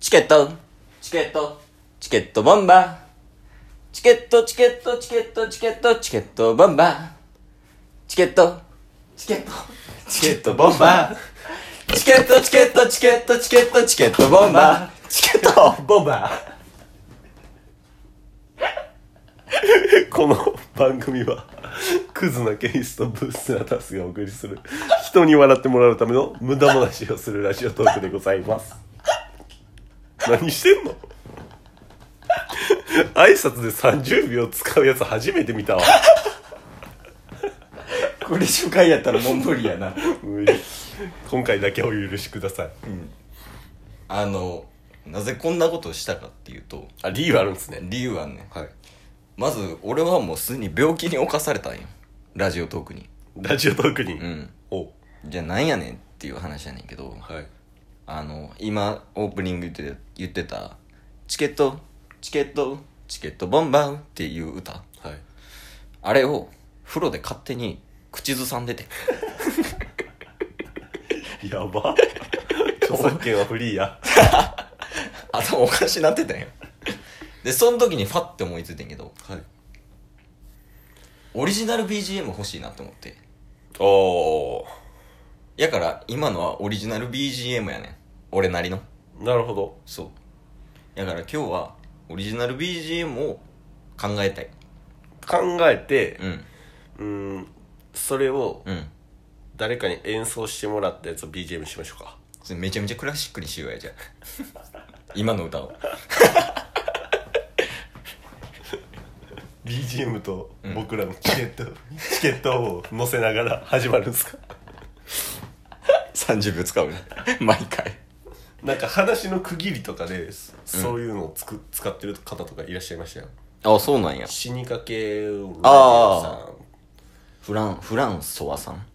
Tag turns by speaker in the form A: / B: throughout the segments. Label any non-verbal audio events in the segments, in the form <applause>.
A: チケット、チケット、チケットボンバー。チケット、チケット、チケット、チケット、チケットボンバー。チケット、チケット、チケットボンバー。チケット、チケット、チケット、チケット、チケットボンバー。チケット、
B: ボンバーこの番組はクズなケースとブスなタスがお送りする人に笑ってもらうための無駄話をするラジオトークでございます何してんの挨拶で30秒使うやつ初めて見たわ
A: これ初回やったらもう無理やな。
B: 無理今回だけお許しください
A: あの、なぜこんなことをしたかっていうと、
B: あ理由あるんですね
A: 理由はね、
B: はい
A: まず俺はもうすでに病気に侵されたんよ。ラジオトークに。
B: ラジオトークに、
A: うん。
B: お
A: じゃあなんやねんっていう話やねんけど、
B: はい
A: あの今オープニングで言ってた「チケットチケットチケットボンバー」っていう歌
B: はい
A: あれを風呂で勝手に口ずさんでて <laughs>
B: やば著作権はフリーや
A: 頭おかしなってたんよでその時にファッて思いついてんけど
B: はい
A: オリジナル BGM 欲しいなと思って
B: おお
A: やから今のはオリジナル BGM やねん俺なりの
B: なるほど
A: そうやから今日はオリジナル BGM を考えたい
B: 考えて
A: うん
B: うーんそれを
A: うん
B: 誰かに演奏してもらったやつを BGM しましょうか
A: それめちゃめちゃクラシックにしようやじゃ <laughs> あ今の歌を
B: BGM と僕らのチケット、チケットを載せながら始まるんですか
A: 30秒使うね <laughs> 毎回
B: <laughs> なんか話の区切りとかで、そういうのをつく使ってる方とかいらっしゃいましたよ
A: あそうなんや
B: 死にかけ
A: あ
B: さん
A: フランフランソワさん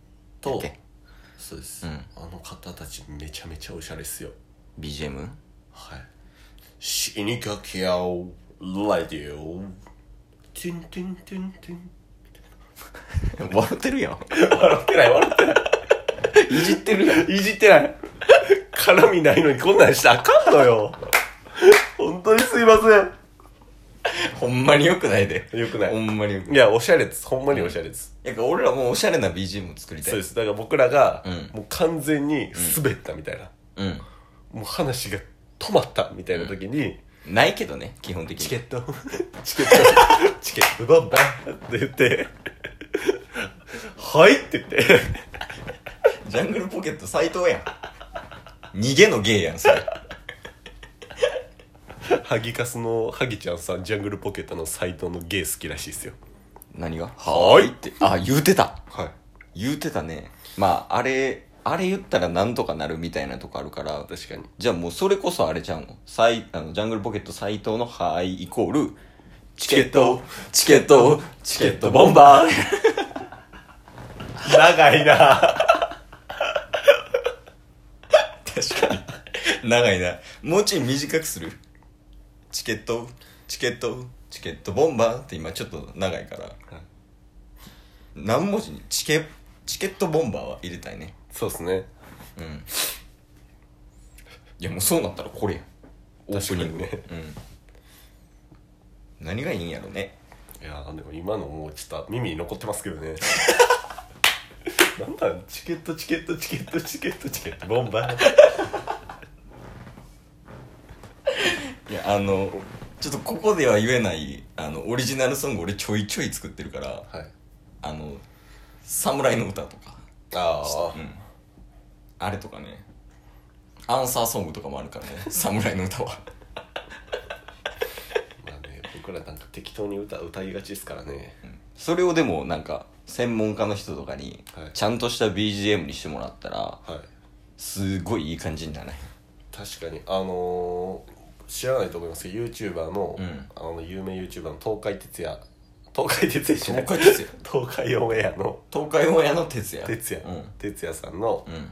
B: と
A: だっけ
B: そうです、
A: うん
B: あの方たちめちゃめちゃおしゃれっすよ
A: BGM
B: はい。死にかけ合うラディオ。てんてんてんてん。
A: <laughs> 笑ってるやん
B: 笑ってない、笑ってない
A: じってるやん
B: い。いじってない。絡みないのにこんなんしたらあかんのよ。本当にすいませ
A: ほんまによくないで
B: ん。よくな
A: <laughs> ほ
B: い。
A: んまによくない
B: いや、おしゃれです。ほんまにおしゃれです。
A: やっぱ俺らもうおしゃれな BGM 作りたい
B: そうです。だから僕らが、
A: うん
B: もう完全に滑ったみたいな。
A: うん
B: もう話が止まったみたいな時に、
A: ないけどね基本的に
B: チケット、チケット、チケットボンバーって言って、はいって言って、
A: ジャングルポケット斎藤やん逃げの芸やんそれ
B: ハギカスのハギちゃんさん、ジャングルポケットの斎藤の芸好きらしいですよ。
A: 何がは
B: はーい
A: ってあ言うてた
B: はい。
A: 言うてたねまああれあれ言ったらなんとかなるみたいなとこあるから
B: 確かに。
A: じゃあもうそれこそあれちゃうのサイあのジャングルポケット斎藤の「はーい」イコールチケットチケットチケットボンバー
B: 長いな
A: 確かに <laughs> 長いなもうちょい短くするチケットチケットチケットボンバーって今ちょっと長いから何文字にチケチケットボンバーは入れたいね
B: そうですね。
A: うんいやもうそうなったらこれやんオープニング
B: 確か
A: うん何がいいんやろね
B: いやーでも今のもうちょっと耳に残ってますけどね。なんだチケットチケットチケットチケットチケットボンバー。
A: いやあのちょっとここでは言えないあのオリジナルソング俺ちょいちょい作ってるから
B: はい。
A: あの侍の歌とか、
B: あ
A: うん、あれとかねアンサーソングとかもある <laughs> からね侍の歌は
B: まあね、僕らなんか適当に歌歌いがちですからね。
A: それをでもなんか専門家の人とかに
B: はい
A: ちゃんとした BGM にしてもらったら
B: はい。
A: すごいいい感じにならない
B: 確かにあのー知らないと思いますけど YouTuber の,、
A: うん
B: あの有名 YouTuber の東海哲也東海哲也じゃない
A: 東海哲
B: 東海オンエアの
A: 東海オンエアの哲也
B: 哲也、
A: うん
B: 哲也さんの,、
A: うん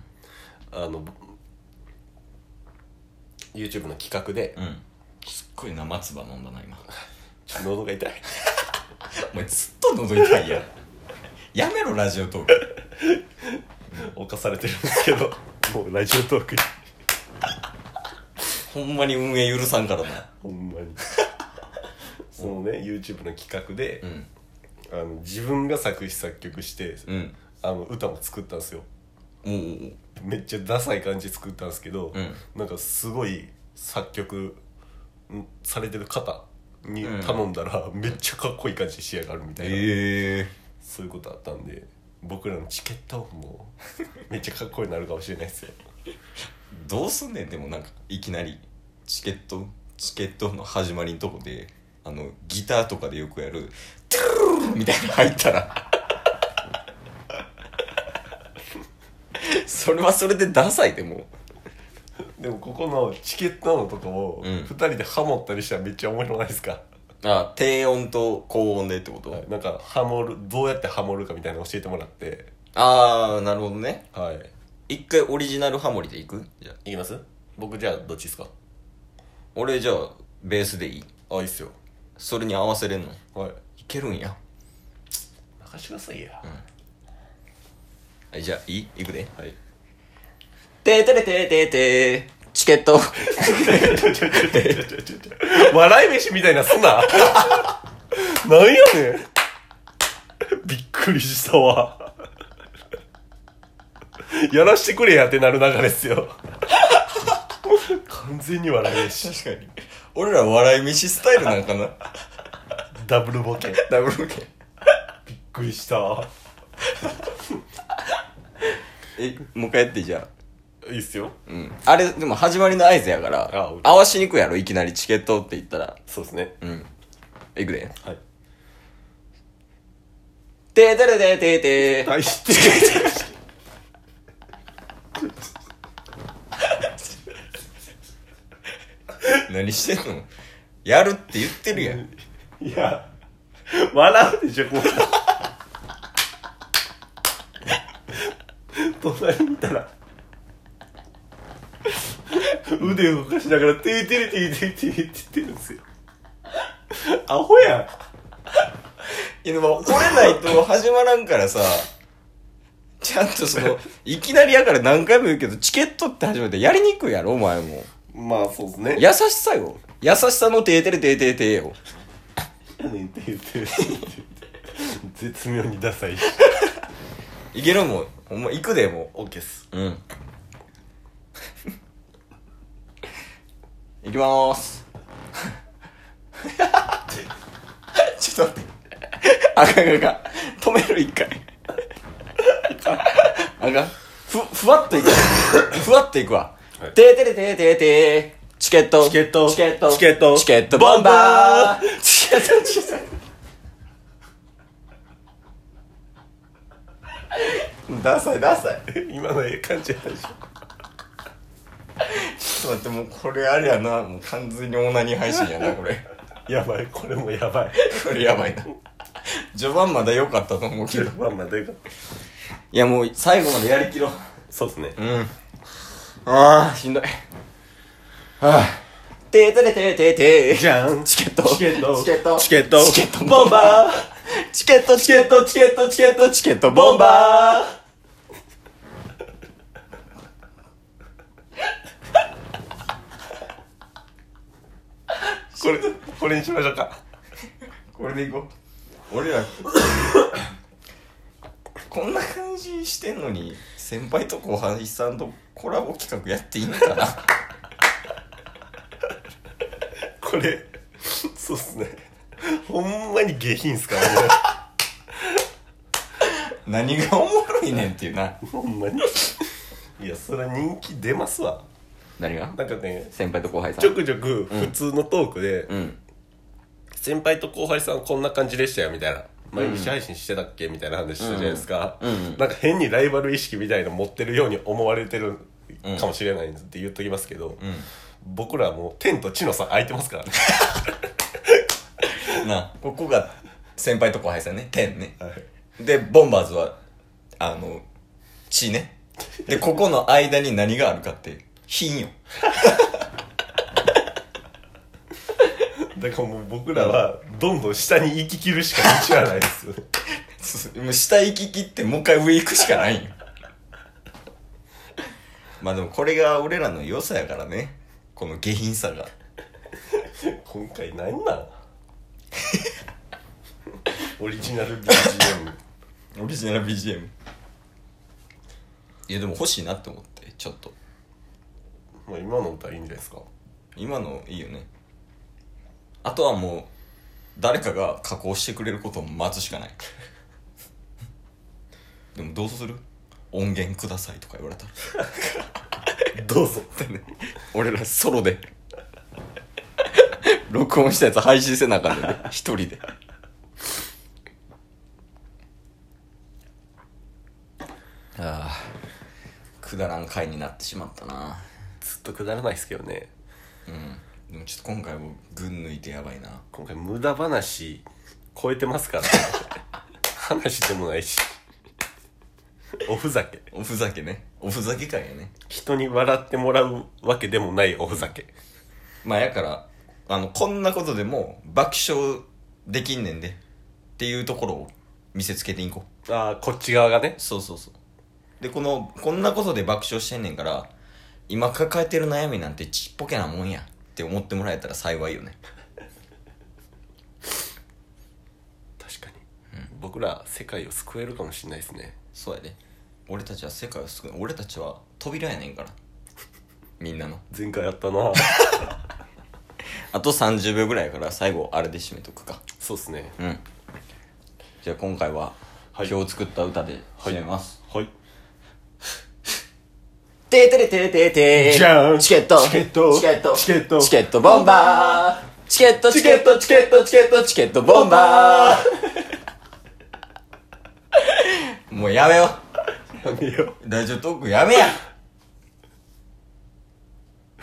B: あの YouTube の企画で、
A: うんすっごい生唾飲んだな今
B: ちょっと喉が痛い
A: お前ずっと喉痛いやんやめろラジオトーク <laughs>
B: 犯されてるんですけどもうラジオトークに
A: ほんまに運営許さんからな
B: ほんまにそのね YouTube の企画で、
A: ん
B: あの自分が作詞作曲して、
A: うん
B: あの歌も作ったんですよ
A: もう
B: めっちゃダサい感じ作ったんですけど、
A: うん
B: なんかすごい作曲んされてる方に頼んだら、めっちゃかっこいい感じに仕上がるみたいな、
A: ええ
B: そういうことあったんで僕らのチケットもめっちゃかっこよくなるかもしれないですよ
A: どうすんねんでもなんかいきなりチケットチケットの始まりのとこであのギターとかでよくやる「トゥルルルみたいなの入ったらそれはそれでダサいでもう
B: でもここのチケットのとこを
A: うん
B: 2人でハモったりしたらめっちゃ面白くないですか、
A: あ低音と高音でってこと、
B: はい、なんかハモるどうやってハモるかみたいなの教えてもらって
A: ああなるほどね
B: はい
A: 一回オリジナルハモリでいくじゃあ
B: いきます僕じゃあどっちですか
A: 俺じゃあベースでいい
B: あいいっすよ
A: それに合わせれんのい
B: はい
A: けるんや
B: 任してくださいや、
A: はいじゃあいいいくで
B: はい
A: てーてれてーてーてーチケット
B: 笑い飯みたいなすななんやねんびっくりしたわやらしてくれやってなる中ですよ完全に笑い飯
A: 確かに俺ら笑い飯スタイルなんかな
B: ダブルボケびっ
A: <laughs> ダブルケ
B: くりしたわ
A: えもう一回やってじゃ
B: いいっすよ
A: あうんあれでも始まりの合図やから
B: あオッケー
A: 合わしにくいやろいきなりチケットって言ったら
B: そうですね
A: うんいくで
B: はい
A: てーてれてーてーてー
B: 大して
A: 何してんのやるって言ってるやん
B: いや笑うでしょこう隣にいたら腕を動かしながら「ていてれていてれていてれ」って言ってるんですよアホやん
A: いやでも折れないと始まらんからさちゃんとそのいきなりやから何回も言うけどチケットって始めてやりにくいやろお前も
B: まあそうですね
A: 優しさよ優しさのてーてれてーてーてーよ
B: やねんって言ってる絶妙にダサい
A: いけるもんほんま行くでも
B: オッケーっす
A: ううんいきまーす <laughs> ちょっと待ってあかんあかんあかん止める一回あかんふふわっといくふわっといくわ
B: はい
A: てーてれてーてーてーチケット
B: チケット
A: チケット
B: チケット
A: チケット
B: ボ
A: ボ
B: ン
A: ン
B: バ
A: バ
B: ー
A: ーチケットチケットダサいダサい
B: 今のええ感じやったでしょ
A: ちょっと待ってもうこれあれやなもう完全にオナニー配信やなこれ
B: やばいこれもやばい
A: これやばいな序盤まだ良かったと思うけど
B: まあまあどういうこと
A: いやもう最後までやりきろう
B: そうですね
A: うんああしんどいああてーてれてーてーてー
B: じゃん
A: チケット
B: チケット
A: チケット
B: チケット
A: チケットボンバーチケットチケットチケットチケットチケットボンバー
B: これこれにしましょうか
A: これでいこう俺らこんな感じしてんのに先輩と後輩さんとコラボ企画やっていいのかな
B: これそうっすねほんまに下品っすからね
A: 何がおもろいねんっていうな
B: ほんまにいやそれ人気出ますわ
A: 何が
B: なんかね
A: 先輩と後輩さ
B: ちょ
A: ん
B: くちょく普通のトークで、
A: うん
B: 先輩と後輩さんこんな感じでしたよみたいな毎日配信してたっけみたいな話したじゃないですか、なんか変にライバル意識みたいの持ってるように思われてるかもしれないんで言っときますけど、僕らはもう天と地の差空いてますからね
A: なここが先輩と後輩さんね天ね、でボンバーズはあの地ねでここの間に何があるかって品よ <laughs>
B: だからもう僕らはどんどん下に行ききるしか道はないですよね
A: そうそうもう下行き切ってもう一回上行くしかないんよまあでもこれが俺らの良さやからねこの下品さが
B: 今回なん <laughs> なんオリジナル BGM
A: オリジナル BGM いやでも欲しいなって思ってちょっと
B: まあ今の歌いいんじゃないですか
A: 今のいいよねあとはもう誰かが加工してくれることを待つしかない <laughs> でもどうする音源くださいとか言われたら
B: どうぞ
A: ってね <laughs> 俺らソロで <laughs> 録音したやつ配信せなあかんねんね一人でああくだらん回になってしまったな
B: ずっとくだらないですけどね
A: でもちょっと今回も群抜いてやばいな
B: 今回無駄話超えてますから <laughs> 話でもないしおふざけ
A: おふざけねおふざけ会やね
B: 人に笑ってもらうわけでもないおふざけ
A: まあやからあのこんなことでも爆笑できんねんでっていうところを見せつけていこう
B: ああこっち側がね
A: そうそうそうでこのこんなことで爆笑してんねんから今抱えてる悩みなんてちっぽけなもんやって思ってもらえたら幸いよね
B: 確かに、僕ら世界を救えるかもしれないですね
A: そうやで俺たちは世界を救う俺たちは扉やねんからみんなの
B: 前回やったな
A: あと30秒ぐらいやから最後あれで締めとくか
B: そうっすね
A: うんじゃあ今回は、
B: はい
A: 今日作った歌で締めます、
B: はい
A: てーてれてれてーてー
B: じゃん
A: チケット
B: チケット
A: チケット
B: チケット
A: チケットボンバーチケットチケットチケットチケットチケットボンバーもうやめよ
B: やめよう
A: ラジオトークやめや